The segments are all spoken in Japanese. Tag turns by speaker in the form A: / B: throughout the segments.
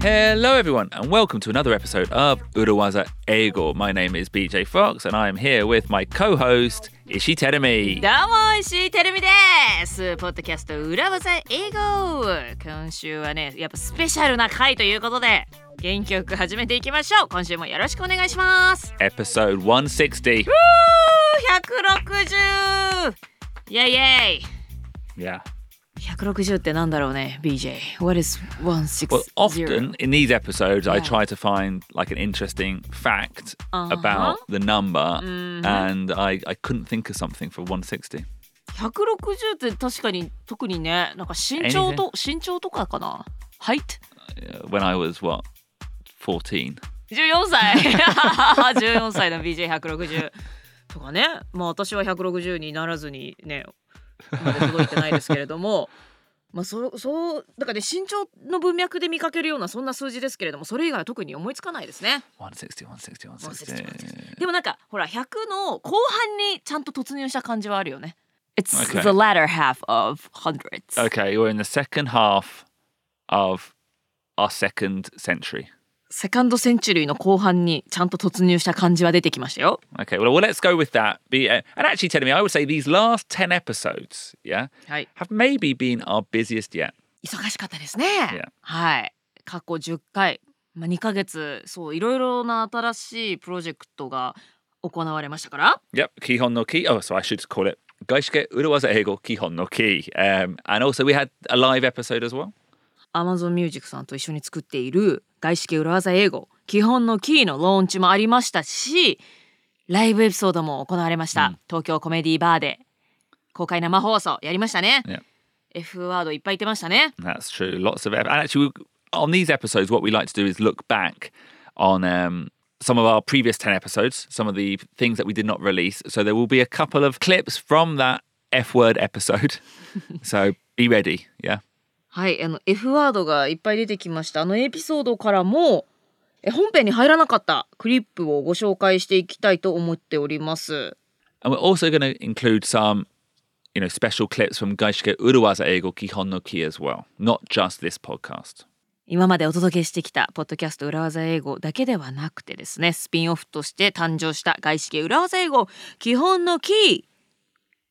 A: Hello, everyone, and welcome to another episode of Urawaza Eigo. My name is BJ Fox, and I am here with my co host, Ishi Terumi.
B: どうも石井てるみですポッドキャスト裏技英語今週はねやっぱスペシャルな回ということで元気よく始めていきましょう今週もよろしくお願いします
A: Episode 160.
B: 160イェイイェイ
A: Yeah.
B: 160ってなんだろうね BJ What is 160?
A: Well, often in these episodes, I try to find like an interesting fact
B: Uh-huh.
A: about the number, and I, I couldn't think of something for 160.
B: 160って確かに特にねなんか身長と身長とかかな Height?
A: Uh, When I was, what, 14?
B: 14歳 14歳の BJ160 とかねまあ私は160にならずにねまで届いてないですけれどもまあそうそうだからね身長の文脈で見かけるようなそんな数字ですけれどもそれ以外は特に思いつかないですね
A: 160, 160,
B: 160
A: 160.
B: でもなんかほら100の後半にちゃんと突入した感じはあるよね It's
A: Okay.
B: the latter half of hundreds
A: Okay, we're in the second half of our second century.
B: セカンドセンチュリーの後半にちゃんと突入した感じは出てきましたよ
A: Okay, well, well let's go with that. Be, uh, and actually, telling me, I would say these last 10 episodes, yeah,
B: はい
A: have maybe been our busiest yet.
B: 忙しかったですね。
A: や
B: はい。過去10回、まあ、2ヶ月、そういろいろな新しいプロジェクトが行われましたから。
A: Yep, Kihon no Ki. Oh, so I should call it Gaishike Urawaza Hegel Kihon no Ki. Um, and also, we had a live episode as well.
B: Amazon Music さんと一緒に作っている外資系裏技英語基本のキーのローンチもありましたし、ライブエピソードも行われました。東京コメディバーで公開生放送やりましたね。
A: Yeah.
B: F ワードいっぱい言ってましたね。
A: That's true. Lots of ep- and actually we- on these episodes, what we like to do is look back on um, some of our previous ten episodes, some of the things that we did not release. So there will be a couple of clips from that F word episode. so be ready. Yeah.
B: はい、あの F ワードがいっぱい出てきました。あのエピソードからもえ本編に入らなかったクリップをご紹介していきたいと思っております。
A: And we're also going to include some, you know, special clips from Gaishike Uruwaza Eigo Kihon no Ki as well, not just this podcast.
B: 今までお届けしてきたポッドキャスト裏技英語だけではなくてですね、スピンオフとして誕生した外資系裏技英語基本のキー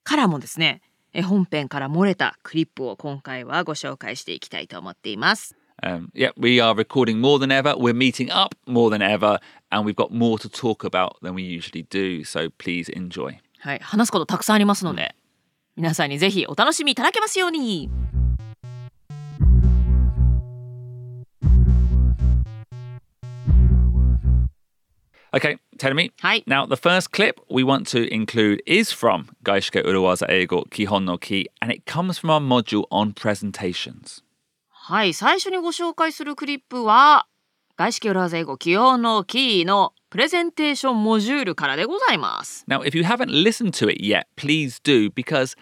B: からもですね、え本編から漏れたクリップを今回はご紹介していきたいと思っています。
A: Um, yeah, we are recording more than ever. We're meeting up more than ever, and we've got more to talk about than we usually do. So please enjoy.
B: はい、話すことたくさんありますので、皆さんにぜひお楽しみいただけますように。
A: Okay, Terumi.
B: はい。
A: Now, the first clip we want to include is from Gaishike Urawaza Eigo Kihon no Ki, and it comes from our module on presentations.
B: はい、最初にご紹介するクリップは外資系裏技英語起用のキーのプレゼンテーションモジュールからでございます。
A: Now, if you haven't listened to it yet, please do, because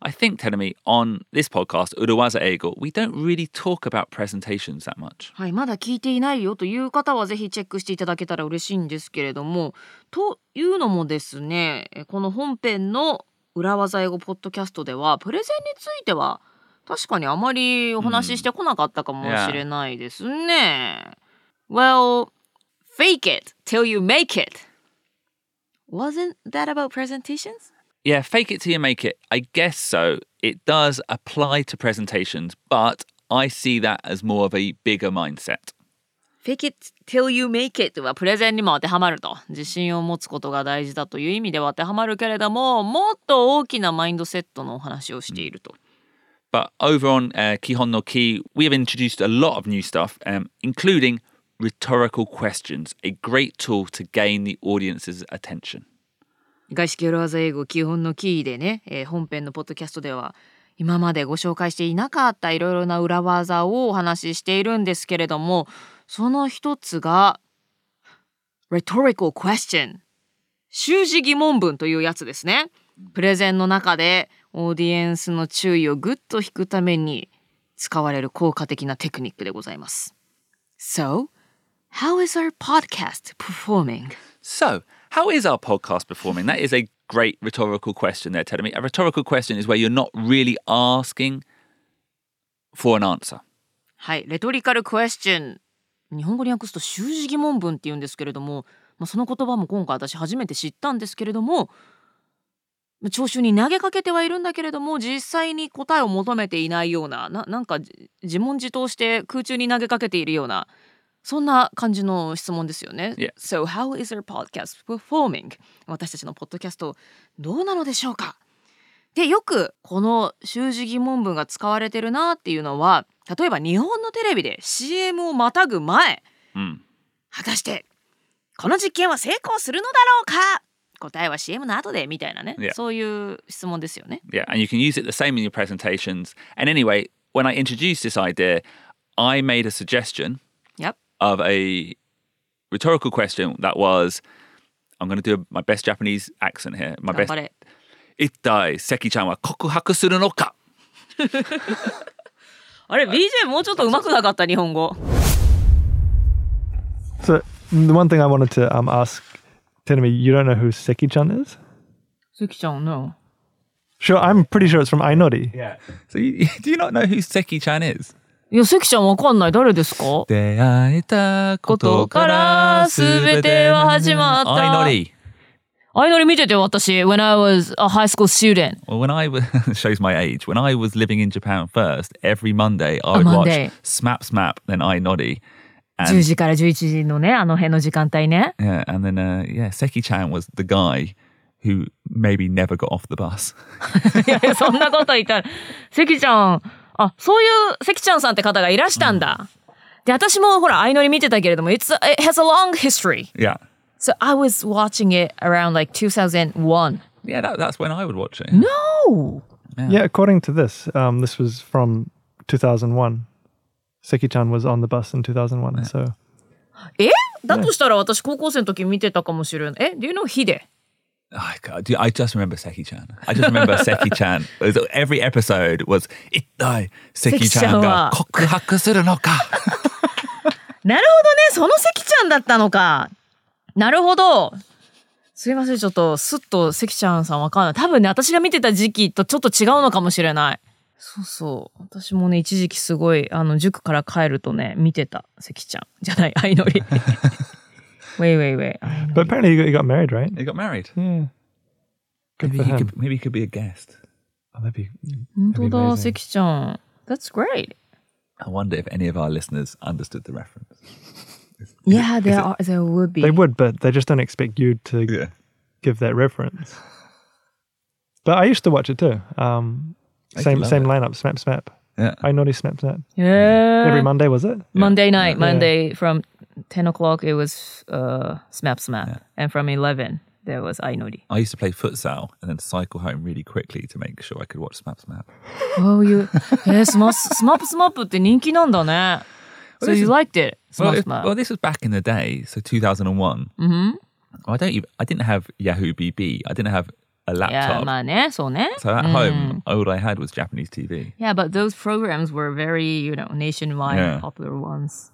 A: I think, Terumi, on this podcast, Urawaza Eigo, we don't really talk about presentations that much.
B: はい、まだ聞いていないよという方はぜひチェックしていただけたら嬉しいんですけれども、というのもですね、えこの本編の裏技英語ポッドキャストではプレゼンについては確かにあまりお話ししてこなかったかもしれないですね。Well, fake it till you make it. Wasn't that about presentations?
A: Yeah, fake it till you make it. I guess so. It does apply to presentations, but I see that as more of a bigger mindset.
B: Fake it till you make it はプレゼンにも当てはまると自信を持つことが大事だという意味では当てはまるけれどももっと大きなマインドセットのお話をしていると、
A: But over on uh, Kihon no Ki, we have introduced a lot of new stuff, um, including rhetorical questions, a great tool to gain the audience's attention.
B: 外資系裏技英語基本のキーでね、えー本編のポッドキャストでは今までご紹介していなかったいろいろな裏技をお話ししているんですけれどもその一つが rhetorical question 終始疑問文というやつですねプレゼンの中でオーディエンスの注意をぐっと引くために使われる効果的なテクニックでございます So, how is our podcast performing?
A: So, how is our podcast performing? That is a great rhetorical question there, Telling me. A rhetorical question is where you're not really asking for an answer.
B: はい、レトリカルクエスチョン日本語に訳すと習字疑問文っていうんですけれども、まあ、その言葉も今回私初めて知ったんですけれどもまあ聴衆に投げかけてはいるんだけれども実際に答えを求めていないようなななんかじ自問自答して空中に投げかけているようなそんな感じの質問ですよね。
A: Yeah.
B: So how is your podcast performing? 私たちのポッドキャストどうなのでしょうかでよくこの習字疑問文が使われてるなっていうのは例えば日本のテレビで CM をまたぐ前
A: うん。
B: 果たしてこの実験は成功するのだろうか答えは CM の後でみたいなね、
A: Yeah.
B: そういう質問ですよね。
A: Yeah, and you can use it the same in your presentations. And anyway, when I introduced this idea, I made a suggestion
B: Yep.
A: of a rhetorical question that was I'm going to do my best Japanese accent here. My
B: 頑
A: best.
B: 張れ。
A: 一体関ちゃんは告白するのか
B: あれ BJ もうちょっと上手くなかった日本語。
C: So the one thing I wanted to um, ask Tenemi, you don't know who Seki-chan is?
B: 関ちゃんの
C: Sure, I'm pretty sure it's from Ainori.
A: So you, do you not know who Seki-chan is?
B: いや関ちゃんわかんない誰ですか
A: 出会えたことから全ては始まった。
B: ことから全ては始まった。
A: I
B: 相乗り見てて私 When I was a high school student
A: Well, when I was shows my age. When I was living in Japan first, every Monday I would
B: Monday.
A: watch Smap Smap, then I Noddy,
B: 10
A: and
B: 時から11時のねあの辺の時間帯ね
A: yeah, and then uh, yeah, Seki-chan was the guy who maybe never got off the bus.
B: いや そんなこと言ったら関ちゃんあそういう関ちゃんさんって方がいらしたんだ、で私もほら相乗り見てたけれども It's a, It has a long history
A: Yeah,
B: So I was watching it around like 2001
A: yeah, that, that's when I would watch it.
B: No
C: Yeah, according to this, um, this was from 2001. Seki-chan was on the bus in 2001, so
B: えだとしたら私高校生の時見てたかもしれないえ Do you know ヒデ
A: Oh, God, do- I just remember Seki-chan. I just remember Seki-chan. It was- Every episode was "Ittai, Seki-chan ga
B: 関ちゃんは-
A: kokuhakuするのか?"
B: なるほどね。その関ちゃんだったのか。なるほど。すいません。ちょっと、すっと関ちゃんさんわかんない。多分ね、私が見てた時期とちょっと違うのかもしれない。そうそう。私もね、一時期すごい、あの、塾から帰るとね、見てた。関ちゃん。じゃない、相乗 り。ウ ェイウェイウェイ。
C: but apparently you got, you got married, right?
A: They got married.
C: Yeah. Good
A: Maybe
C: for
A: he
C: him.
A: could, maybe he could be a guest.
C: Oh, that'd be
B: 本当だ、
C: amazing.
B: 関ちゃん。That's great.
A: I wonder if any of our listeners understood the reference.
B: Yeah, there, are, there would be.
C: They would, but they just don't expect you to
A: Yeah.
C: give that reference. But I used to watch it too. Um,
A: I
C: same
A: love
C: same
A: it.
C: lineup, Snap Snap.
A: Yeah.
C: Ainori Snap Snap. Every
B: え
C: Monday, was it?
B: Monday night,
C: Yeah.
B: Monday from 10 o'clock, it was uh, Smap Smap. And from 11, there was Ainori.
A: I used to play futsal and then cycle home really quickly to make sure I could watch Smap Smap.
B: Oh, you. えー、スマスマップスマップって人気なんだね。So you liked it? ス
A: Well,
B: マップ
A: it-
B: スマ
A: well,
B: ップ。
A: this was back in the day, so 2001. Mm-hmm. I don't. Even, I didn't have Yahoo BB. I didn't have a
B: いや、
A: laptop.
B: まあね、そうね。
A: so at home, all I had was Japanese TV.
B: Yeah, but those programs were very, you know, nationwide
A: Yeah.
B: popular ones.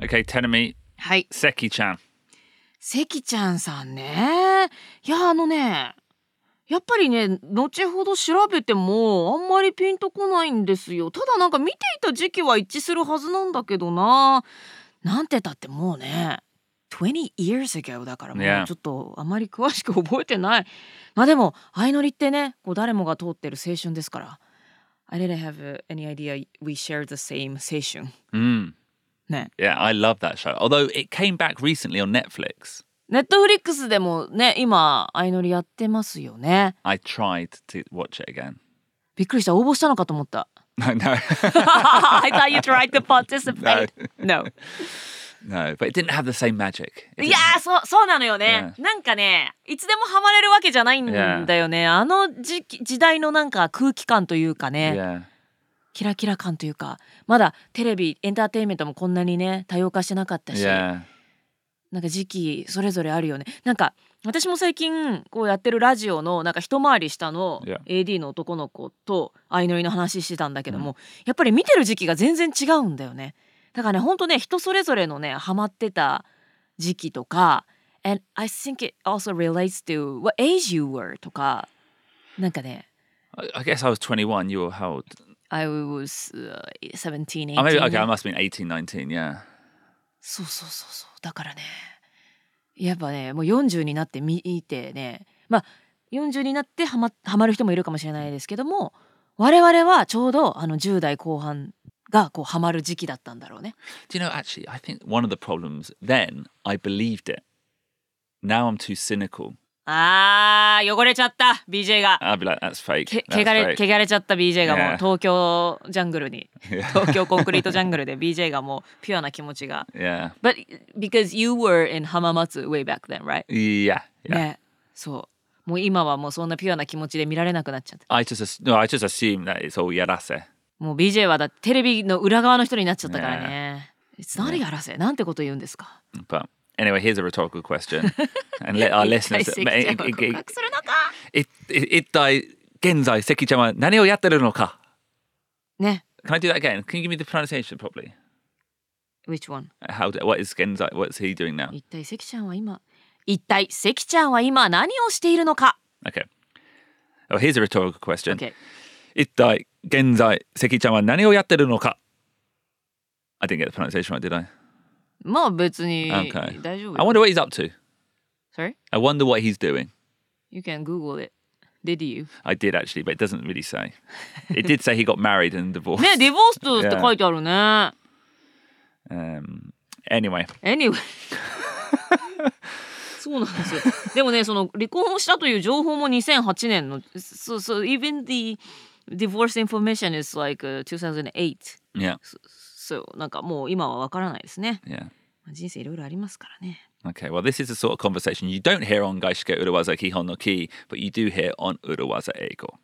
A: Okay, Tenami
B: はい。
A: Seki-chan.
B: 関ちゃんさんね。いや、あのね、やっぱりね、後ほど調べても、あんまりピンとこないんですよ。ただなんか見ていた時期は一致するはずなんだけどな。なんてたってもうね、20 years ago だからもう
A: Yeah.
B: ちょっとあまり詳しく覚えてない。まあでも、相乗りってね、こう誰もが通ってる青春ですから。I didn't have any idea we share the same 青春。
A: Mm.
B: ね。
A: Yeah, I love that show. Although it came back recently on Netflix.
B: ネットフリックスでもね、今、相乗りやってますよね。
A: I tried to watch it again.
B: びっくりした応募したのかと思った。
A: No, no,
B: I thought you tried to participate. No.
A: no. But it didn't have the same magic. It
B: いや
A: didn't-
B: ーそうそうなのよね。なんかねいつでもハマれるわけじゃないんだよね。あの時期時代のなんか空気感というかね、
A: Yeah.
B: キラキラ感というかまだテレビエンターテインメントもこんなにね多様化してなかったし。
A: Yeah.
B: なんか時期それぞれあるよねなんか私も最近こうやってるラジオのなんか一回り下の
A: Yeah.
B: AD の男の子と相乗りの話してたんだけども、やっぱり見てる時期が全然違うんだよねだからねほんとね人それぞれのねハマってた時期とか and I think it also relates to what age you were とかなんかね
A: I- I guess I was 21. You were how old?
B: I was、uh, 17, 18.
A: Oh, maybe, okay, I must have been 18, 19, yeah.
B: そうそうそうそうだからねやっぱねもう40になって見てねまあ40になってハマハマる人もいるかもしれないですけども我々はちょうどあの10代後半がこうハマる時期だったんだろうね。
A: Do you know, actually, I think one of the problems then, I believed it. Now I'm too cynical.
B: あー汚れちゃった BJ が。
A: I'd be like, that's fake.
B: け
A: that's
B: 汚れ
A: fake.
B: 汚れちゃった BJ がもう
A: Yeah.
B: 東京ジャングルに
A: Yeah.
B: 東京コンクリートジャングルで BJ がもうピュアな気持ちが。
A: yeah.
B: But because you were in 浜松 way back then, right?
A: Yeah. Yeah.
B: ねそうもう今はもうそんなピュアな気持ちで見られなくなっちゃって
A: I just as- no, I just assume that it's all yarase.
B: もう BJ はだってテレビの裏側の人になっちゃったからねいつ何やらせなんてこと言うんですか
A: But anyway, here's a rhetorical question, and let our
B: 大
A: listeners.
B: 成
A: But
B: 長
A: it-
B: を告
A: it-
B: 白するのか
A: it- it- it- die- 現在、関ちゃんは何をやってるのか？
B: ね
A: Can I do that again? Can you give me the pronunciation properly?
B: Which one?
A: How? do- What is Genzai? What's he doing now?
B: 一体関ちゃんは今一体関ちゃんは今何をしているのか
A: Okay. Oh, here's a rhetorical question.
B: Okay.
A: 一体現在関ちゃんは何をやってるのか I didn't get the pronunciation right, did I?
B: まあ別に
A: Okay.
B: 大丈夫
A: I wonder what he's up to.
B: Sorry?
A: I wonder what he's doing.
B: You can Google it Did you?
A: I did actually, but it doesn't really say. It did say he got married and divorced.
B: ねディボーストって
A: Yeah.
B: 書いてあるね
A: Um, anyway,
B: Anyway そうなんですよでもねその離婚をしたという情報も2008年のそうそう even the divorce information is like uh, 2008
A: yeah,
B: そうなんかもう今はわからないですね
A: yeah.
B: まあ人生いろいろありますからね
A: Okay, well, this is the sort of conversation you don't hear on Gaishike Urawaza Kihon no Ki, but you do hear on Urawaza Eigo.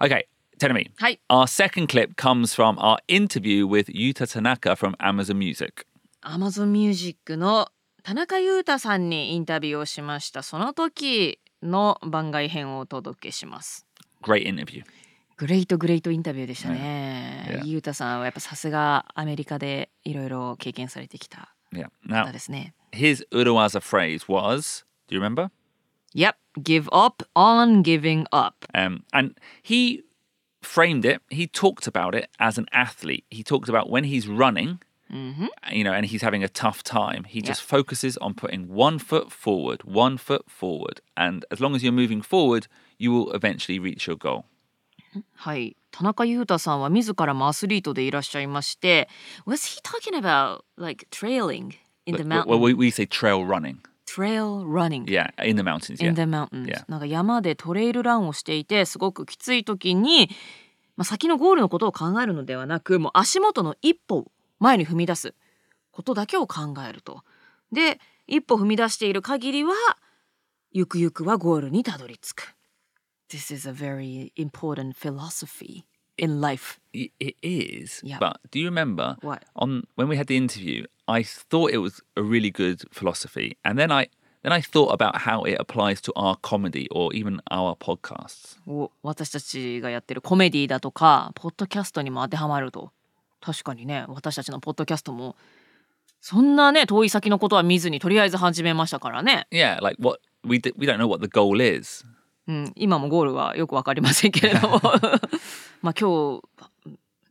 A: Okay, Tenami.
B: はい
A: Our second clip comes from our interview with Yuta Tanaka from Amazon Music.
B: Amazon Music の田中裕太さんにインタビューをしましたその時の番外編をお届けします
A: Great interview.
B: グレイトグレイトインタビューでしたね
A: Yeah.
B: 裕太さんはやっぱさすがアメリカでいろいろ経験されてきた
A: Yeah.
B: 方
A: Now,
B: ですね
A: his Urawaza phrase was, do you remember?
B: Yep, give up on giving up.
A: Um, and he framed it, he talked about it as an athlete. He talked about when he's running,
B: Mm-hmm.
A: you know, and he's having a tough time, he just focuses on putting one foot forward, one foot forward. And as long as you're moving forward, you will eventually reach your goal.
B: はい、田中裕太さんは自らもアスリートでいらっしゃいまして、Was he talking about like trailing in the
A: Like,
B: mountain?
A: well, we, we say trail running.
B: Trail running.
A: Yeah, in the mountains. Yeah.
B: In the mountains、
A: Yeah.
B: なんか山でトレイルランをしていてすごくきつい時に、まあ、先のゴールのことを考えるのではなくもう足元の一歩を前に踏み出すことだけを考えると。で一歩踏み出している限りはゆくゆくはゴールにたどり着く。This is a very important philosophy in life.
A: I- It is.
B: Yeah.
A: But do you remember
B: What?
A: on when we had the interview? I thought it was a really good philosophy, and then I then I thought about how it applies to our comedy or even our podcasts.
B: お私たちがやってるコメディだとかポッドキャストにも当てはまると確かにね私たちのポッドキャストもそんなね遠い先のことは見ずにとりあえず始めましたからね、
A: Yeah, like what we d- we don't know what the goal is.
B: うん、今もゴールはよくわかりませんけれども まあ今日、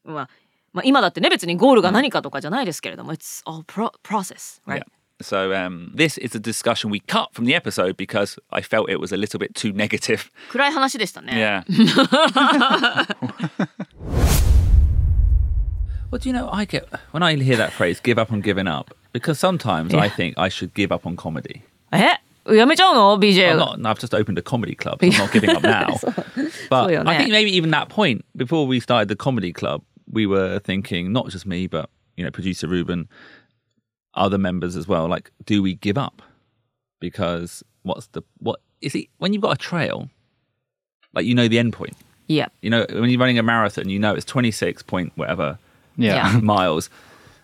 B: まあ、まあ今だってね別にゴールが何かとかじゃないですけれども、It's all pro- process right?
A: Yeah. So um, this is a discussion we cut from the episode because I felt it was a little bit too negative.
B: 暗い話でしたね。
A: Yeah. well, do you know, I get when I hear that phrase, give up on giving up, because sometimes I think I should give up on comedy.
B: えやめちゃうの ?BJ が
A: I'm not, I've just opened a comedy club, so I'm not giving up now. but
B: so you're
A: I think
B: not.
A: maybe even that point, before we started the comedy club, we were thinking, not just me, but, you know, producer Ruben, other members as well, like, do we give up? Because what's the, what, you see, when you've got a trail, like, you know the end point.
B: Yeah.
A: You know, when you're running a marathon, you know it's 26 point whatever
B: Yeah.
A: miles.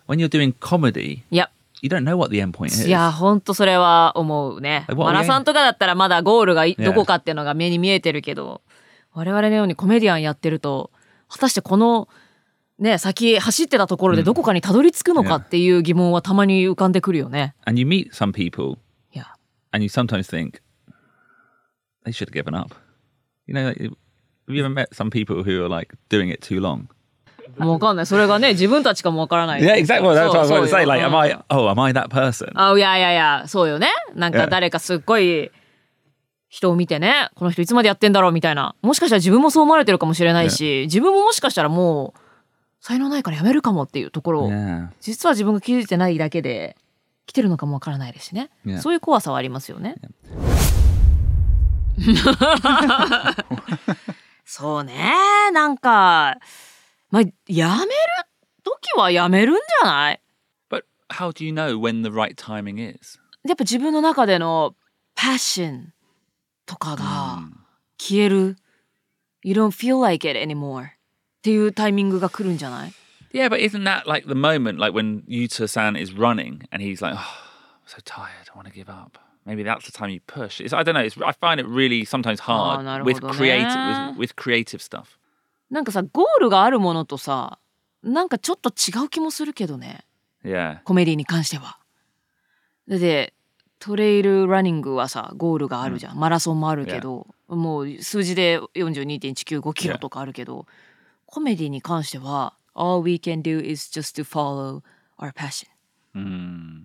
A: When you're doing comedy,
B: Yep.
A: you don't know what the end point is.
B: いや、ほんとそれは思うね。
A: Like, what
B: マラソンとかだったらまだゴールがいどこかっていうのが目に見えてるけど、我々のようにコメディアンやってると、果たしてこの、ね、先走ってたところでどこかにたどり着くのかっていう疑問はたまに浮かんでくるよね。
A: And you meet some people
B: いや、
A: and you sometimes think they should have given up. You know, like, Have you ever met some people who are like doing it too long?
B: もうわかんない。それがね、自分たちかもわからない。
A: Yeah, exactly. That's
B: そう
A: what I was going to
B: そう
A: say.
B: よ
A: Like, am
B: うん
A: I? Oh, am I that person?
B: あ、いやいやいや、そうよね。なんか
A: Yeah.
B: 誰かすっごい人を見てね、この人いつまでやってんだろうみたいな。もしかしたら自分もそう思われてるかもしれないし、自分ももしかしたらもう、才能ないからやめるかもっていうところを、
A: Yeah.
B: 実は自分が気づいてないだけで、来てるのかもわからないですしね。
A: Yeah.
B: そういう怖さはありますよね。 そうね、なんか、まあ、やめる時はやめるんじゃない
A: But how do you know when the right timing is?
B: やっぱ自分の中でのパッションとかが
A: Hmm.
B: 消える、You don't feel like it anymore っていうタイミングが来るんじゃない
A: Yeah, but isn't that like the moment, like when Yuta San is running and he's like, oh, I'm so tired, I want to give up. Maybe that's the time you push. It's, I don't know. It's, I find it really sometimes hard
B: Oh,
A: with
B: なるほどね。
A: creative with, with creative stuff.
B: なんかさゴールがあるものとさなんかちょっと違う気もするけどね
A: Yeah,
B: コメディに関しては。だってトレイルランニングはさゴールがあるじゃん、マラソンもあるけど、もう数字で42.195キロとかあるけど、コメディに関しては All we can do is just to follow our passion うん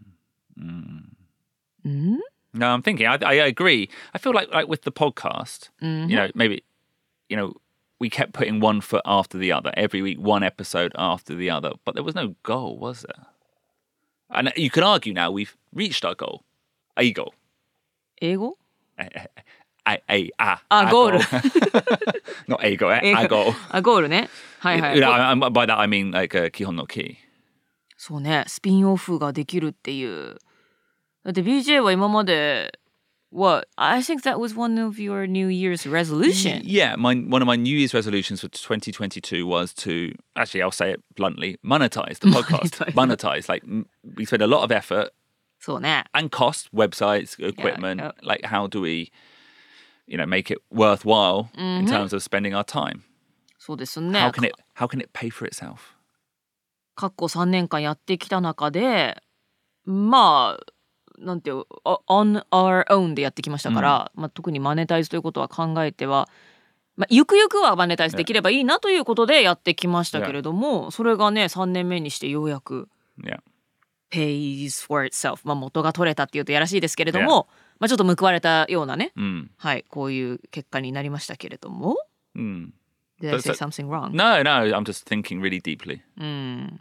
A: No, I'm thinking. I, I agree. I feel like like with the podcast, you know, maybe you know we kept putting one foot after the other every week, one episode after the other, but there was no goal, was there? And you can argue now we've reached our goal, a goal,
B: 英語
A: a a a,
B: Ah, goal.
A: not eh? a goal, a goal.
B: あゴールねはいは
A: You
B: い
A: know, I- I- by that I mean like uh, kihon no ki.
B: そうねスピンオフができるっていうだって BJ は今までは I think that was one of your New Year's resolution
A: Yeah, my one of my New Year's resolutions for 2022 was to actually I'll say it bluntly, monetize the podcast. monetize, like m- we spend a lot of effort
B: そうね
A: and cost, websites, equipment.
B: yeah.
A: Like how do we, you know, make it worthwhile
B: Mm-hmm.
A: in terms of spending our time?
B: そうですね
A: How can it how can it pay for itself?
B: 過去3年間やってきた中でまあなんていうあ on our own でやってきましたから、まあ、特にマネタイズということは考えては、まあ、ゆくゆくはマネタイズできればいいなということでやってきましたけれども、それがね3年目にしてようやく
A: Yeah.
B: pays for itself、まあ、元が取れたっていうとやらしいですけれども、まあ、ちょっと報われたようなね、
A: Mm.
B: はい、こういう結果になりましたけれども
A: Mm.
B: Did I say
A: That's a-
B: something wrong?
A: No, no, I'm just thinking really deeply.
B: うん、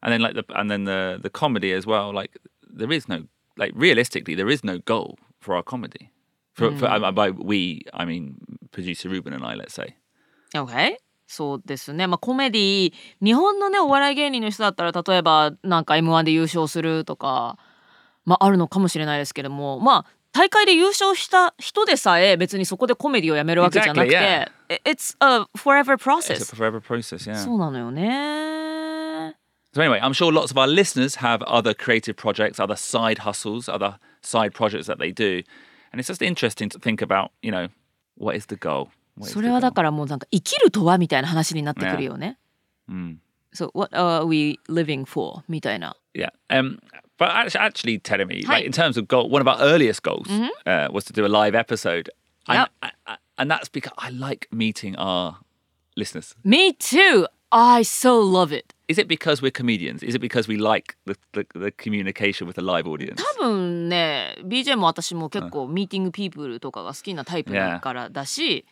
A: and then like the and then the the comedy as well like there is no like realistically there is no goal for our comedy for, for I, by we i mean producer ruben and i let's say
B: Okay. そうですね、まあ、コメディ日本のねお笑い芸人の人だったら例えばなんか m 1で優勝するとか、まあ、あるのかもしれないですけどもまあ大会で優勝した人でさえ別にそこでコメディをやめるわけじゃなくて、
A: Exactly,
B: It's a forever
A: it's a
B: process
A: forever process yeah
B: そうなのよね
A: so anyway i'm sure lots of our listeners have other creative projects other side hustles other side projects that they do and it's just interesting to think about you know what is the goal What is
B: そ
A: the
B: れはだ
A: goal?
B: からもうなんか生きるとはみたいな話になってくるよね、
A: Mm.
B: So what are we living for? みたいな
A: Yeah. Um, but actually, actually telling me,
B: Hi. Mm-hmm.
A: like in terms of goal, one of our earliest goals uh, was to do a live episode.
B: Yep.
A: And, I- and that's because I like meeting our listeners.
B: Me too! I so love it!
A: Is it because we're comedians? Is it because we like the, the, the communication with a live audience?
B: 多分ね BJ も私も結構ミーティングピープルとかが好きなタイプだからだし、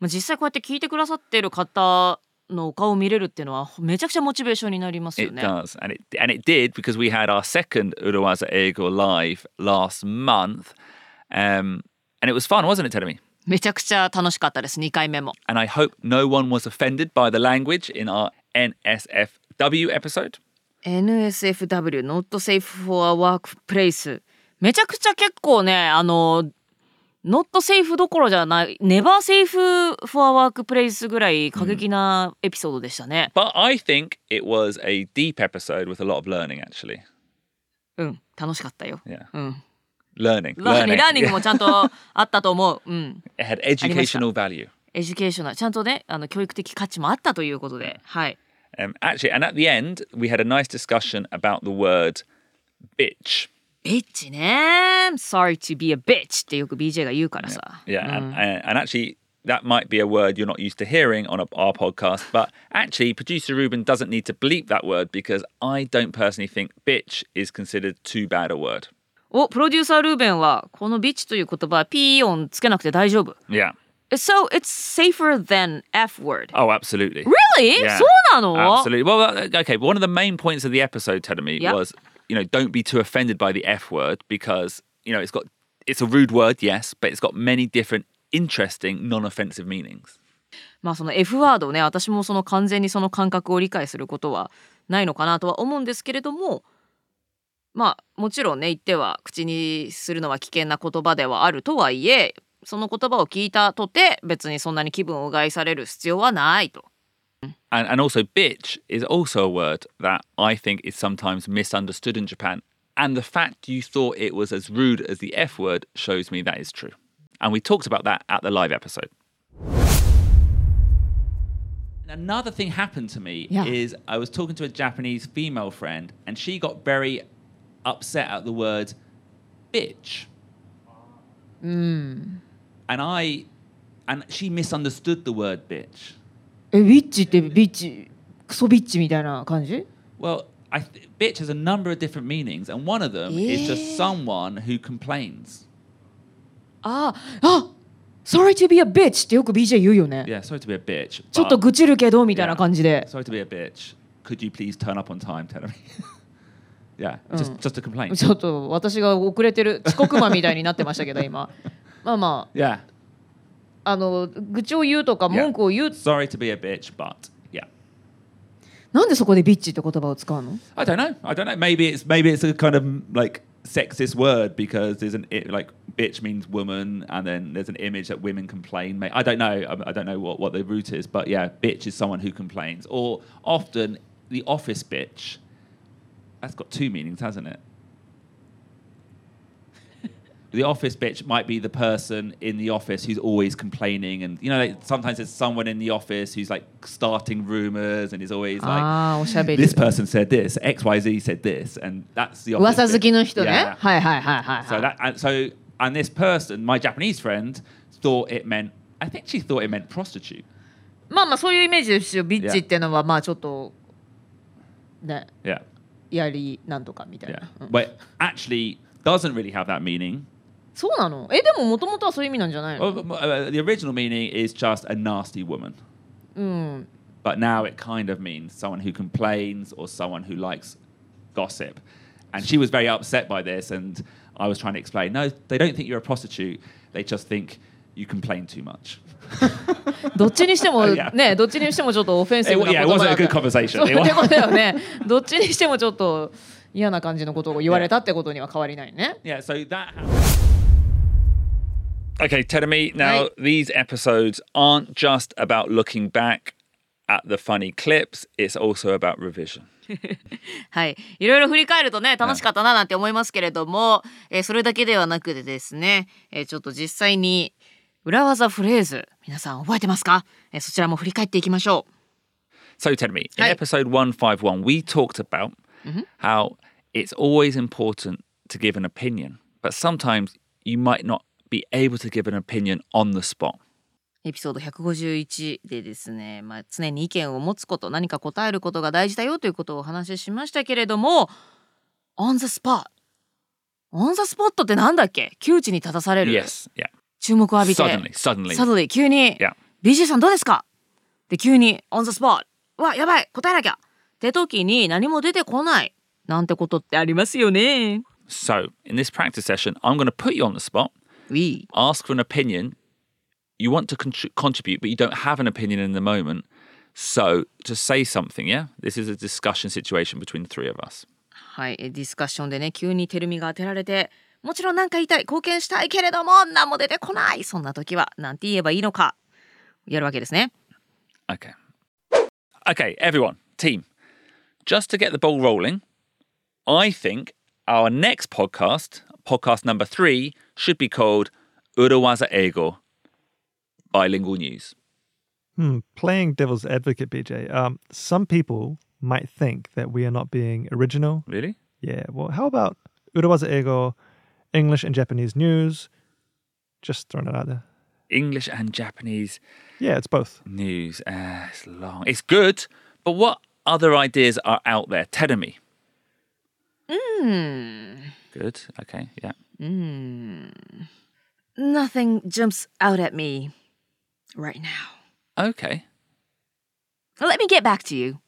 B: まあ、実際こうやって聞いてくださってる方のお顔を見れるっていうのはめちゃくちゃモチベーションになりますよ
A: It
B: ね。
A: does, and it and it did because we had our second Uruwaza Ego live last month, um, and it was fun, wasn't it, Tedemi?
B: めちゃくちゃ楽しかったです2回目も。
A: And I hope no one was offended by the language in our NSFW episode.
B: NSFW Not Safe for a Workplace めちゃくちゃ結構ねあの Not Safe どころじゃない Never Safe for a Workplace ぐらい過激なエピソードでしたね。
A: But I think it was a deep episode with a lot of learning, actually.
B: うん楽しかったよ。
A: Yeah.
B: うん
A: Learning.
B: ラーニングラーニング
A: Yeah.
B: もちゃんとあったと思う。うん。
A: It had educational value.
B: エデュケーショナルちゃんとねあの教育的価値もあったということで、はい。
A: Um, actually, and at the end, we had a nice discussion about the word bitch.
B: ビッチね。Sorry to be a bitch ってよく BJ が言うからさ。
A: Mm. Yeah. And, and, and actually, that might be a word you're not used to hearing on a, our podcast, but actually, producer Ruben doesn't need to bleep that word because I don't personally think bitch is considered too bad a word.
B: おプロデューサールーベンはこのビッチという言葉はピー音つけなくて大丈夫
A: Yeah.
B: So it's safer than F word
A: Oh, absolutely.
B: Really?
A: Yeah.
B: そうなの
A: Absolutely. Well, uh, okay. One of the main points of the episode, Tedemy,
B: Yeah.
A: was you know don't be too offended by the F word because you know it's got it's a rude word, yes, but it's got many different interesting non-offensive meanings.
B: まあその F ワードをね私もその完全にその感覚を理解することはないのかなとは思うんですけれどもまあもちろんね言っては口にするのは危険な言葉ではあるとはいえその言葉を聞いたとて別にそんなに気分を害される必要はないと。
A: And and also bitch is also a word that I think is sometimes misunderstood in Japan. And the fact you thought it was as rude as the F word shows me that is true. And we talked about that at the live episode. Another thing happened to me
B: Yeah.
A: is I was talking to a Japanese female friend and she got very upset at the word bitch. And I and she misunderstood the word bitch.
B: えビッチってビッチクソビッチみたいな感じ
A: Well, I th- bitch has a number of different meanings, and one of them is
B: Yeah.
A: just someone who complains.
B: あああ Sorry to be a bitch ってよく BJ 言うよね
A: Yeah, sorry to be a bitch.
B: ちょっと
A: but-
B: 愚痴るけどみたいな
A: Yeah.
B: 感じで
A: Sorry to be a bitch. Could you please turn up on time, Tell me. yeah, just
B: Mm.
A: just a complaint.
B: ちょっと私が遅れてる遅刻魔みたいになってましたけど今まあま
A: Yeah,
B: ああの愚痴を言うとか
A: Yeah.
B: 文句を言う、
A: sorry to be a bitch, but yeah.
B: なんでそこでビッチって言葉を使うの
A: I don't know. I don't know. Maybe it's maybe it's a kind of like sexist word because there's an it, like bitch means woman, and then there's an image that women complain. May- I don't know. I- I don't know what what the root is, but yeah, bitch is someone who complains, or often the office bitch. That's got two meanings, hasn't it? The office bitch might be the person in the office who's always complaining, and you know, like, sometimes it's someone in the office who's like starting rumors and is always like,
B: ああおしゃべり
A: this person said this, X Y Z said this, and that's the opposite.
B: 噂好きの人ね、
A: Yeah.
B: はいはいはいはい、はい
A: So that and so and this person, my Japanese friend, thought it meant. I think she thought it meant prostitute.
B: まあまあそういうイメージですよビッチってのはまあちょっとね
A: Yeah,
B: やりなんとかみたい
A: yeah.
B: な、うん
A: But actually, doesn't really have that meaning.
B: そうなのえでももともとはそういう意味なんじゃな い
A: Well,
B: の
A: m- uh, the original meaning is just a nasty woman,
B: うん、
A: but now it kind of means someone who complains or someone who likes gossip. And she was very upset by this, and I was trying to explain. No, they don't think you're a prostitute. They just think you complain too much.
B: どっちにしても
A: Yeah.
B: ねどっちにしてもちょっとオフェンシブな
A: It-
B: 言
A: yeah,
B: 葉
A: it wasn't
B: だ
A: a
B: った
A: good conversation.
B: そうっ
A: It was-
B: てことだよね。どっちにしてもちょっと嫌な感じのことを言われたってことには変わりないね。
A: yeah, so that. happened. Okay, Tedemi. Now
B: Right.
A: these episodes aren't just about looking back at the funny clips; it's also about revision.
B: はい、いろいろ振り返るとね楽しかったななんて思いますけれども、えーそれだけではなくてですね、えーちょっと実際に裏技フレーズ皆さん覚えてますか、えーそちらも振り返っていきましょう。
A: So, Tedemi, in
B: Hey.
A: episode one five one, we talked about how it's always important to give an opinion, but sometimes you might not be able to give an opinion on the spot.
B: エピソード151でですね、まあ、常に意見を持つこと何か答えることが大事だよということをお話ししましたけれども On the spot On the spot ってなんだっけ窮地に立たされる、
A: Yes. Yeah.
B: 注目を浴びて
A: Suddenly. Suddenly.
B: Suddenly 急に
A: Yeah.
B: BJ さんどうですかで急に On the spot うわやばい答えなきゃって時に何も出てこないなんてことってありますよね
A: So, in this practice session, I'm going to put you on the spot.
B: We
A: ask for an opinion. You want to contr- contribute, but you don't have an opinion in the moment. So to say something, yeah, this is a discussion situation between the three of us.
B: はい、えディスカッションでね急にテルミが当てられてもちろん何か言いたい貢献したいけれども何も出てこないそんな時はなんて言えばいいのかやるわけですね
A: Okay. Okay, everyone, team. Just to get the ball rolling, I think our next podcast, podcast number three, should be called Urawaza Ego Bilingual News.
C: Hmm, playing devil's advocate, BJ. Um, some people might think that we are not being original.
A: Really?
C: Yeah. Well, how about Urawaza Ego, English and Japanese news? Just throwing it out there.
A: English and Japanese
C: Yeah, it's both.
A: news. Uh, it's long. It's good, but what other ideas are out there? Tedemy. Hmm. Good. Okay. Yeah.
B: Nothing jumps out at me right now.
A: Okay.
B: Let me get back to you.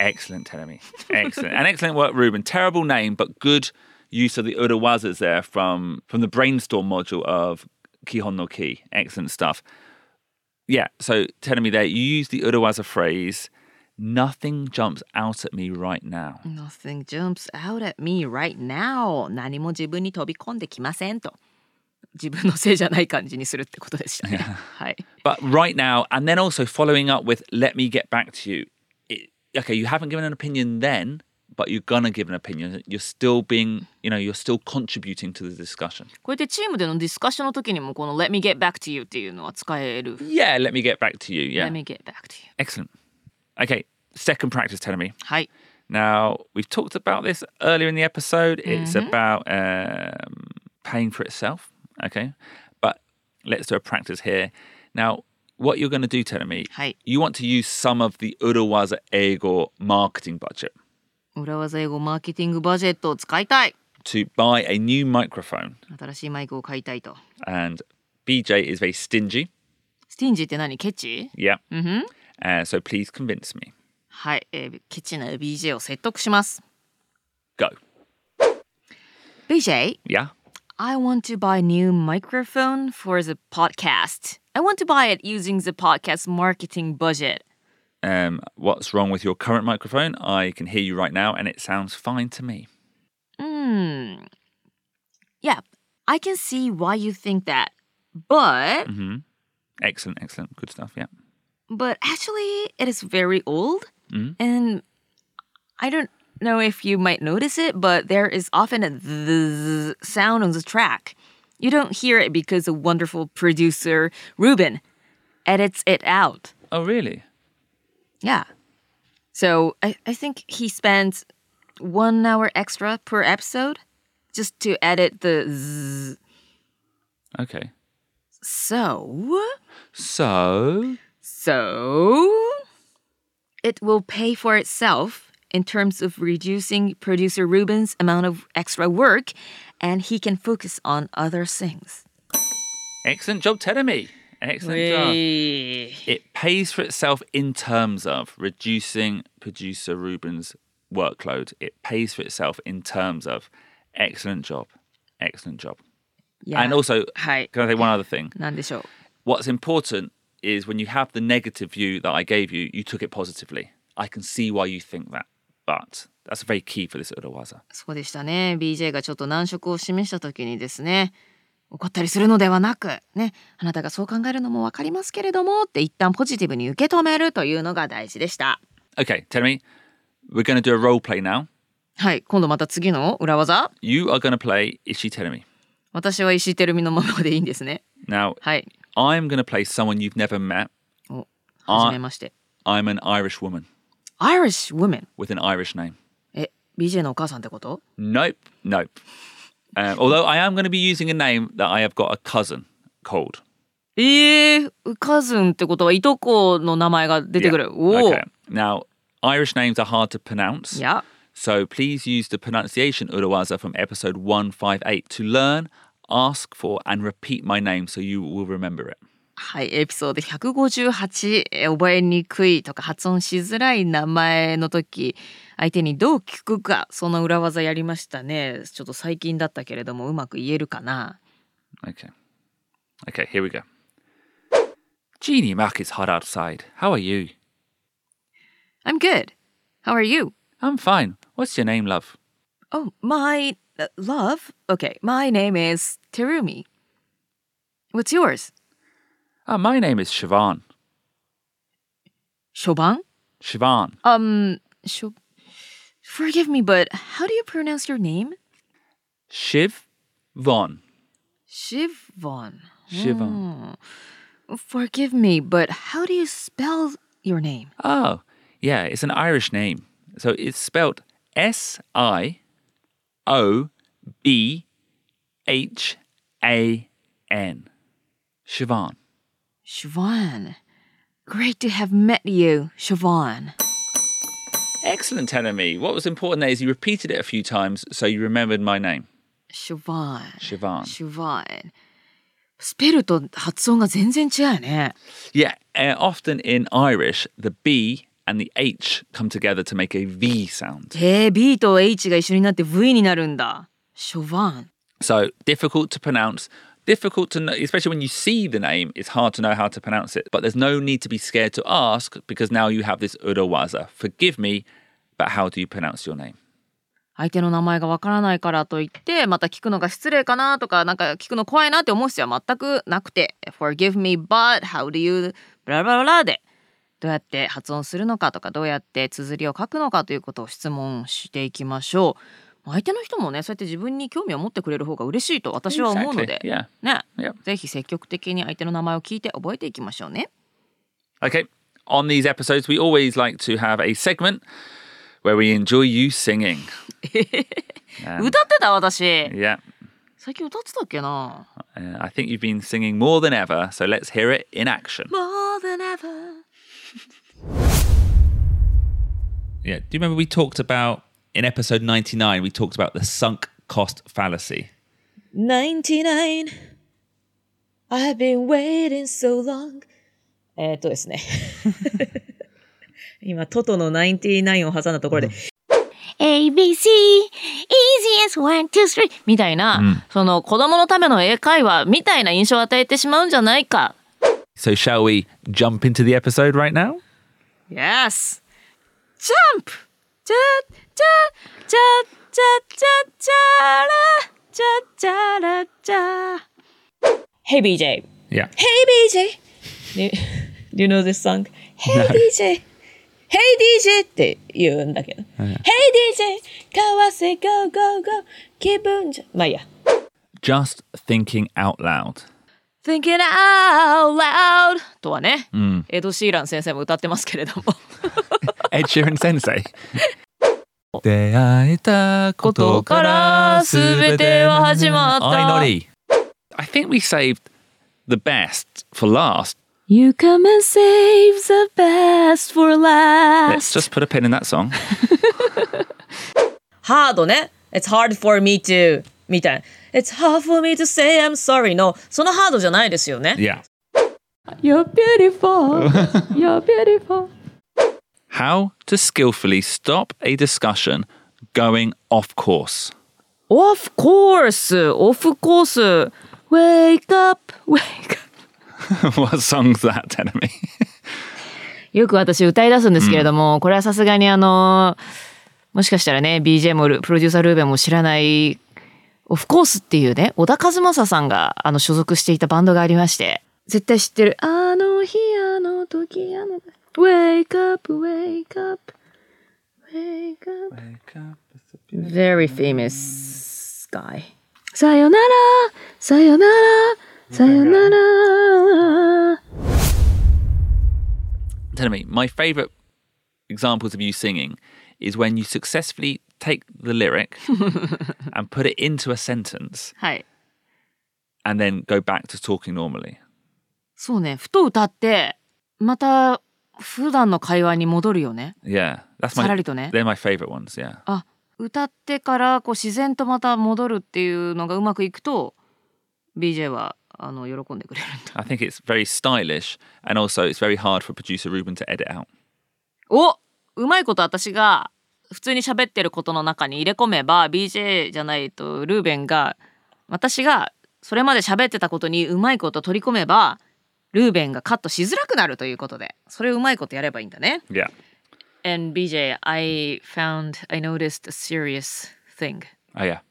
A: Excellent, Telemi. Excellent. and excellent work, Ruben. Terrible name, but good use of the urawazas there from, from the brainstorm module of Kihon no Ki. Excellent stuff. Yeah, so Telemi there, you use the urawaza phrase, nothing jumps out at me right now.
B: Nothing jumps out at me right now. 何も自分に飛び込んできませんと。自分のせいじゃない感じにするってことでしたね。はい。
A: But right now, and then also following up with, let me get back to you. It, okay, you haven't given an opinion then, but you're going to give an opinion. You're still being, you know, you're still contributing to the discussion.
B: こうやってチームでのディスカッションの時にもこの Let me get back to you っていうのは使える。
A: Yeah, let me get back to you. Yeah.
B: Let me get back to you.
A: Excellent. Okay, second practice telemi.
B: はい。
A: Now, we've talked about this earlier in the episode. It's about um, paying for itself. Okay, but let's do a practice here. Now, what you're going to do, telemi,
B: Hi.
A: you want to use some of the Urawaza Ego marketing budget
B: 裏技英語マーケティングバジェットを使いたい。
A: to buy a new microphone.
B: 新しいマイクを買いたいと。
A: And BJ is very stingy.
B: スティンジって何ケチ
A: Yeah. Mm-hmm. Uh, so please convince me.
B: はい、えーケチな BJ を説得します。
A: Go.
B: BJ,
A: Yeah.
B: I want to buy new microphone for the podcast. I want to buy it using the podcast marketing budget.
A: um, what's wrong with your current microphone? I can hear you right now and it sounds fine to me.
B: Hmm. Yeah, I can see why you think that. But
A: Mm-hmm. Excellent, excellent. Good stuff. Yeah.
B: but actually it is very old and I don't know if you might notice it, but there is often a zzz sound on the track. You don't hear it because the wonderful producer Ruben edits it out.
A: Oh, really?
B: Yeah. So I, I think he spends one hour extra per episode just to edit the zzz.
A: Okay.
B: So,
A: So,
B: so it will pay for itself in terms of reducing producer Ruben's amount of extra work and he can focus on other things.
A: excellent job, Tedemy. Excellent job. It pays for itself in terms of reducing producer Ruben's workload. It pays for itself in terms of excellent job. Excellent job.
B: Yeah.
A: And also,
B: Hi.
A: can I say one other thing?
B: なんでしょう。
A: What's important is when you have the negative view that I gave you, you took it positively. I can see why you think that, but that's very key for this Urawaza.
B: そうでしたね。BJ がちょっと難色を示した時にですね、怒ったりするのではなく、ね、あなたがそう考えるのもわかりますけれども、って一旦ポジティブに受け止めるというのが大事でした。
A: Okay, tell me, we're going to do a role play now.
B: はい、今度また次の裏技。
A: You are going to play Ishi Teremi.
B: 私は石てるみのままでいいんですね。
A: Now,
B: はい。
A: I'm going to play someone you've never met.
B: お、
A: あ
B: はじめまして。
A: I'm an Irish woman
B: Irish woman。
A: with an Irish name.
B: え、BJ のお母さんってこと
A: Nope, nope. Um, although I am going to be using a name that I have got a cousin called.
B: ええー、カズンってことはいとこの名前が出てくる。おお。
A: Okay. Now, Irish names are hard to pronounce.
B: いや、
A: So please use the pronunciation Urawaza from episode 158 to learn, ask for, and repeat my name so you will remember it.
B: はい、エピソード158、えー覚えにくいとか発音しづらい名前の時、相手にどう聞くか、その裏技やりましたね。ちょっと最近だったけれども、うまく言えるかな。
A: Okay. Okay, here we go. Jeannie Mac, it's hot outside. How are you?
B: I'm good. How are you?
A: I'm fine. What's your name, love?
B: Oh, my uh, love. Okay, my name is Terumi. What's yours?
A: Ah, my name is Siobhan.
B: ショバン
A: Siobhan.
B: Um, Sho- Forgive me, but how do you pronounce your name?
A: Shiv Von.
B: Shivon.
A: Siobhan.
B: Forgive me, but how do you spell your name?
A: Oh, yeah, it's an Irish name. So it's spelt S I O B H A N. Siobhan.
B: Siobhan. Great to have met you, Siobhan.
A: Excellent, enemy. What was important there is you repeated it a few times, so you remembered my name,
B: Siobhan.
A: Siobhan.
B: Siobhan. スペルと発音が全然違うよね。
A: Yeah, uh, often in Irish, the B and the H come together to make a V sound.
B: へえ、B と H が一緒になって V になるんだ。ショバン。
A: So difficult to pronounce, difficult to know, especially when you see the name, it's hard to know how to pronounce it. But there's no need to be scared to ask because now you have this Urawaza. Forgive me, but how do you pronounce your name?
B: 相手の名前がわからないからといって、また聞くのが失礼かなとか、なんか聞くの怖いなって思う必要は全くなくて、Forgive me, but how do you ブラブラブラで、どうやって発音するのかとか、どうやって綴りを書くのかということを質問していきましょう。相手の人もね、そうやって自分に興味を持ってくれる方が嬉しいと私は思うので、
A: Exactly, yeah.
B: ね、
A: Yep.
B: ぜひ積極的に相手の名前を聞いて覚えていきましょうね。
A: Okay. On these episodes, we always like to have a segment where we enjoy you singing.
B: 歌ってた私。
A: Yeah.
B: 最近歌ってたっけな
A: Uh, I think you've been singing more than ever, so let's hear it in action.
B: More than ever
A: Yeah. Do you remember we talked about in episode 99, we talked about the sunk cost fallacy?
B: 99 I've been waiting so long えーっとですね 今トトの99を挟んだところで ABC easiest one two three みたいな、その子供のための英会話みたいな印象を与えてしまうんじゃないか
A: So, shall we jump into the episode right now?
B: Yes! Jump! チャチャチャチャチャチャラチャチャラチャ Hey BJ!
A: Yeah.
B: Hey BJ! Do, do you know this song? Hey
A: No.
B: DJ! Hey DJ! って言うんだけど。Hey DJ! かわせ go go go! 気分じゃ。まあいいや。
A: Just thinking out loud.
B: Thinking out loud! とはね、エド・シーラン先生も歌ってますけれども。
A: Ed Sheeran Sensei. 出会えたことから全ては始まった
B: 相乗
A: I think we saved the best for last.
B: You come and save the best for
A: Let's
B: last.
A: just put a pin in that song.
B: hard ね。It's hard for me to みたいな。It's hard for me to say I'm sorry のそのハードじゃないですよね。
A: Yeah.
B: You're beautiful. You're beautiful.
A: How to skillfully stop a discussion going off course.
B: Of course. Of course. Wake up. Wake up.
A: what song's that, Enemy?
B: よく私歌い出すんですけれども、これはさすがにあのもしかしたらね BJ もルプロデューサールーベンも知らないオフコースっていうね小田和正さんがあの所属していたバンドがありまして絶対知ってる「あの日あの時あの時 Wake up wake up wake up very famous guy さよならさよならさよなら
A: Enemy, my favorite examples of you singing is when you successfully take the lyric and put it into a sentence
B: はい。
A: and then go back to talking normally.
B: そうね、ふと歌って、また普段の会話に戻るよね。
A: Yeah. That's
B: Sa
A: my
B: rarito ne.
A: They're my favorite ones, yeah.
B: あ、歌ってからこう自然とまた戻るっていうのがうまくいくと、BJ はあの喜んでくれるんだ。
A: I think it's very stylish, and also it's very hard for producer Ruben to edit out.
B: お、うまいこと私が普通に喋ってることの中に入れ込めば、BJ じゃないとルーベンが私がそれまで喋ってたことにうまいこと取り込めば、ルーベンがカットしづらくなるということで、それをうまいことやればいいんだね。
A: Yeah.
B: And BJ, I found, I noticed a serious thing.
A: Oh yeah.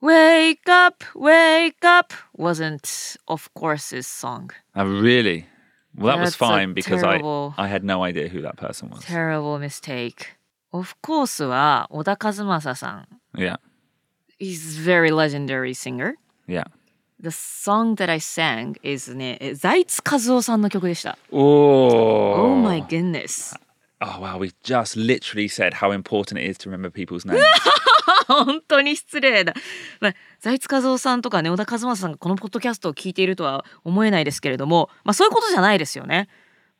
B: Wake up, wake up wasn't, of course, his song.
A: Oh, really? Well, that was
B: That's a
A: fine because
B: terrible-
A: I I had no idea who that person was.
B: Terrible mistake. Of course は小田和正さん。
A: yeah.
B: He's very legendary singer.
A: Yeah.
B: The song that I sang is ね、え財津和夫さんの曲でした。
A: Oh.
B: Oh my goodness.
A: Oh wow. We just literally said how important it is to remember people's names.
B: 本当に失礼だ。まあ、財津和夫さんとかね、小田和正さんがこのポッドキャストを聞いているとは思えないですけれども、まあそういうことじゃないですよね。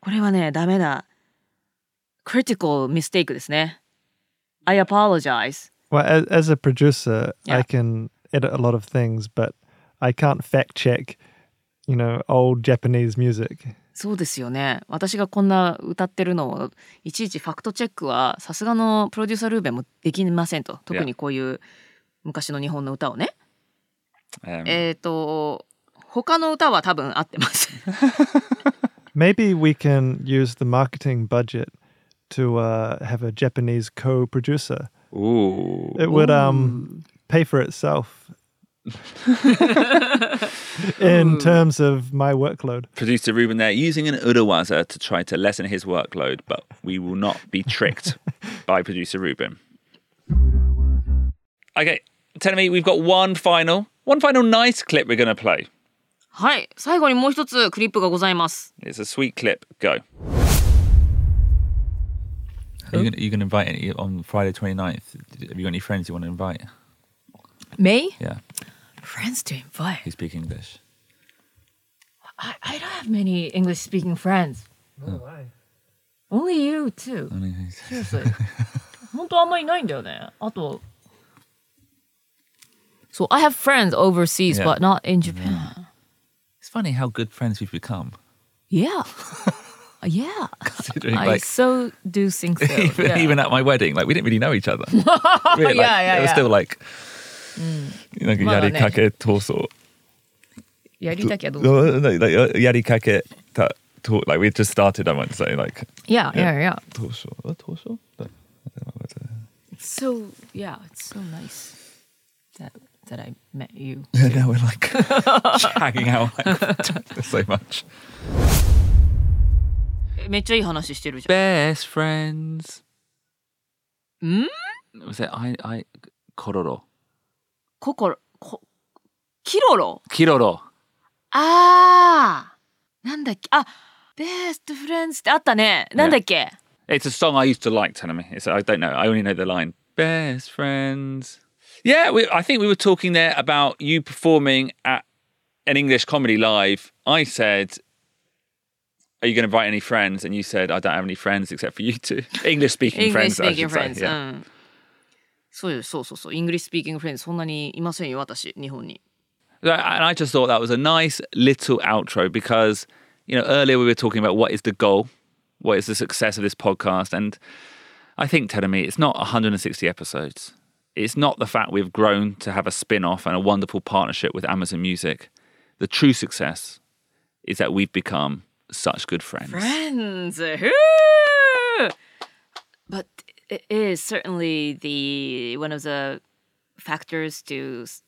B: これはね、ダメだ。critical mistake ですね。I apologize.
C: Well, as, as a producer,
B: Yeah.
C: I can edit a lot of things, but I can't fact check, you know, old Japanese music.
B: そうですよね。私がこんな歌ってるのをいちいちファクトチェックはさすがのプロデューサールーベンもできませんと。特にこういう昔の日本の歌をね。
A: Um,
B: えっ、と他の歌は多分合ってます。
C: Maybe we can use the marketing budget to uh, have a Japanese co-producer.
A: ooh.
C: It would um, pay for itself. in terms of my workload.
A: Producer Ruben there using an Urawaza to try to lessen his workload, but we will not be tricked by producer Ruben. Okay, tell me, we've got one final, one final nice clip we're going to play.
B: はい、最後にもう一つクリップがございます。
A: It's a sweet clip. Go. Are you going to invite any on Friday 29th? Have you got any friends you want to invite?
B: May
A: Yeah,
B: friends to invite.
A: who speak English?
B: I, I don't have many English speaking friends. Only you too. Seriously. 本当あんまりないんだよね。あと。So I have friends overseas,
A: Yeah. Mm.
B: but not in Japan.
A: It's funny how good friends we've become.
B: Yeah. Yeah.
A: Considering,
B: I
A: like,
B: so do think so.
A: even,
B: Yeah.
A: even at my wedding, like we didn't really know each other. Really, like,
B: Yeah, yeah,
A: it was
B: yeah. Mm.
A: still like, you know,
B: Well,
A: yari
B: no.
A: kake torso.
B: やりたきゃどうぞ
A: No, no, like uh, yari kake ta, to, Like we just started. I want to say like
B: Yeah, yeah, yeah.
A: torso, uh, torso. No, I don't know what to-
B: So yeah, it's so nice that that I met you.
A: And now we're like hanging out like, so much.
B: めっちゃいい話してるじゃん。
A: Best friends.
B: ん
A: Was it I? I kororo
B: ココロこキロロ
A: kiroro.
B: あーなんだっけあベーストフレンズってあったねなんだっけ、
A: It's a song I used to like, Tanami. It's I don't know. I only know the line. Best friends. Yeah, we, I think we were talking there about you performing at an English comedy live. I said, "Are you going to invite any friends?" And you said, "I don't have any friends except for you two, English speaking friends." I
B: English
A: should
B: speaking
A: say,
B: friends、oh.
A: yeah.
B: うんそうよそうそうそうイングリッシュスピーキングフレンズそんなにいませんよ私日本に
A: And I just thought that was a nice little outro because, you know, earlier we were talking about what is the goal, what is the success of this podcast. And I think, Tedami, it's not 160 episodes. It's not the fact we've grown to have a spin off and a wonderful partnership with Amazon Music. The true success is that we've become such good friends.
B: friends. Whoo! But it is certainly the one of the factors to s-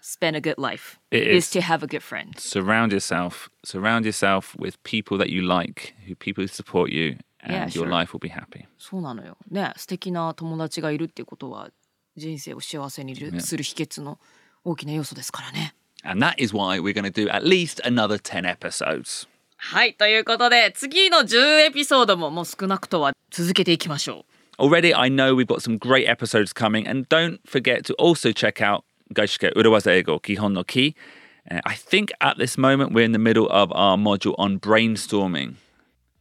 B: spend a good life
A: It
B: is
A: is.
B: to have a good friend.
A: Surround yourself, surround yourself with people that you like, who people who support you, and
B: Yeah,
A: your
B: sure.
A: life will be happy.
B: そうなのよ。ね、素敵な友達がいるってことは人生を幸せにるする秘訣の大きな要素ですからね。
A: And that is why we're going to do at least another 10 episodes.
B: はい、ということで次の10エピソードももう少なくとは続けていきましょう。
A: Already, I know we've got some great episodes coming, and don't forget to also check out Gaishike Urawaza Ego Kihon no Ki. Uh, I think at this moment we're in the middle of our module on brainstorming.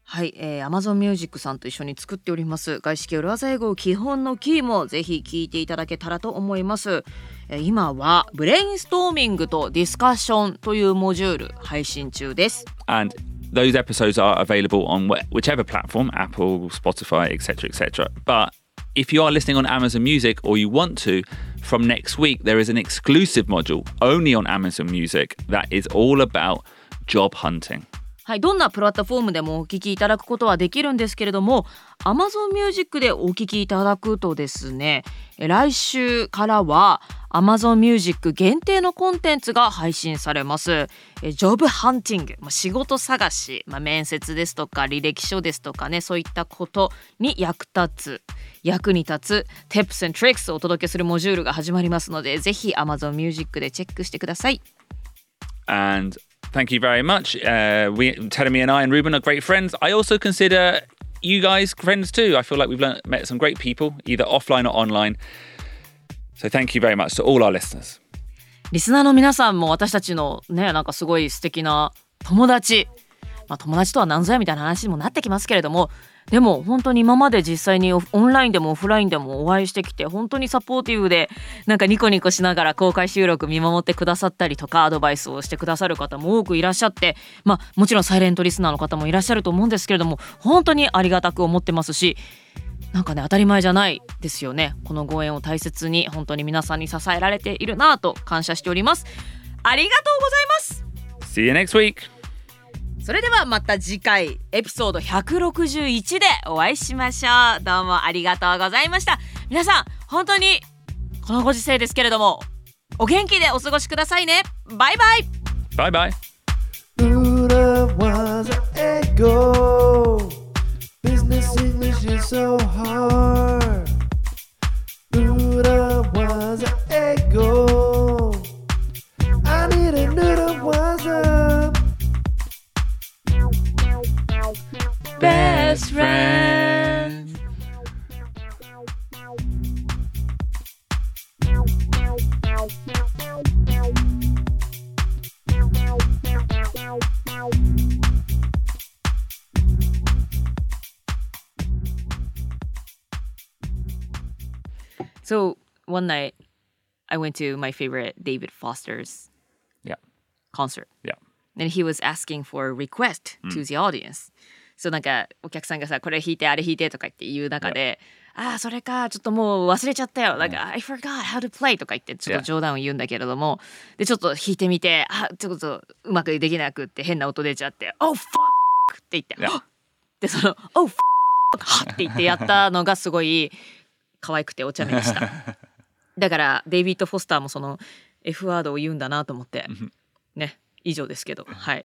B: はい、えー、Amazon Music さんと一緒に作っております外資系裏技英語基本のキーもぜひ聞いていただけたらと思います、えー今はブレインストーミングとディスカッションというモジュール配信中です
A: And those episodes are available on wh- whichever platform Apple, Spotify, etc. etc. But if you are listening on Amazon Music or you want to, from next week, there is an exclusive module only on Amazon Music that is all about job hunting.
B: はい、どんなプラットフォームでもお聞きいただくことはできるんですけれども Amazon Music でお聞きいただくとですねえ来週からは Amazon Music 限定のコンテンツが配信されますえジョブハンティングまあ仕事探し、まあ、面接ですとか履歴書ですとかねそういったことに役立つ役に立つ Tips and Tricks をお届けするモジュールが始まりますのでぜひ Amazon Music でチェックしてください
A: and thank you very much. Uh, we, Teremy and I and Ruben are great friends. I also consider you guys friends too. I feel like we've learnt, met some great people, either offline or online. So thank you very much to all our listeners.
B: リスナーの皆さんも私たちのねなんかすごい素敵な友達、まあ、友達とは何ぞやみたいな話にもなってきますけれどもでも本当に今まで実際にオフオンラインでもオフラインでもお会いしてきて本当にサポーティブでなんかニコニコしながら公開収録見守ってくださったりとかアドバイスをしてくださる方も多くいらっしゃって、まあ、もちろんサイレントリスナーの方もいらっしゃると思うんですけれども本当にありがたく思ってますしなんかね当たり前じゃないですよねこのご縁を大切に本当に皆さんに支えられているなぁと感謝しておりますありがとうございます
A: See you next week.
B: それではまた次回エピソード161でお会いしましょうどうもありがとうございました皆さん本当にこのご時世ですけれどもお元気でお過ごしくださいねバイバイ
A: Bye bye.
D: Buddha was an echo. Business English is so hard. Buddha was an echo. I need a noodle was a
A: Best friends.
B: So one night I went to my favorite David Foster's
A: Yeah.
B: concert
A: Yeah.
B: And he was asking for a request to the audience. そうなんかお客さんがさこれ弾いてあれ弾いてとか言って言う中で、ああそれかちょっともう忘れちゃったよなんか、I forgot how to play とか言ってちょ
A: Yeah.
B: っと冗談を言うんだけれども、でちょっと弾いてみてあちょっとうまくできなくって変な音出ちゃって「Oh fuck!」って言って「
A: Yeah.
B: はっでその「Oh fuck!」はっって言ってやったのがすごい可愛くてお茶目で した。だからデイビッド・フォスターもその F ワードを言うんだなと思ってね以上ですけどはい。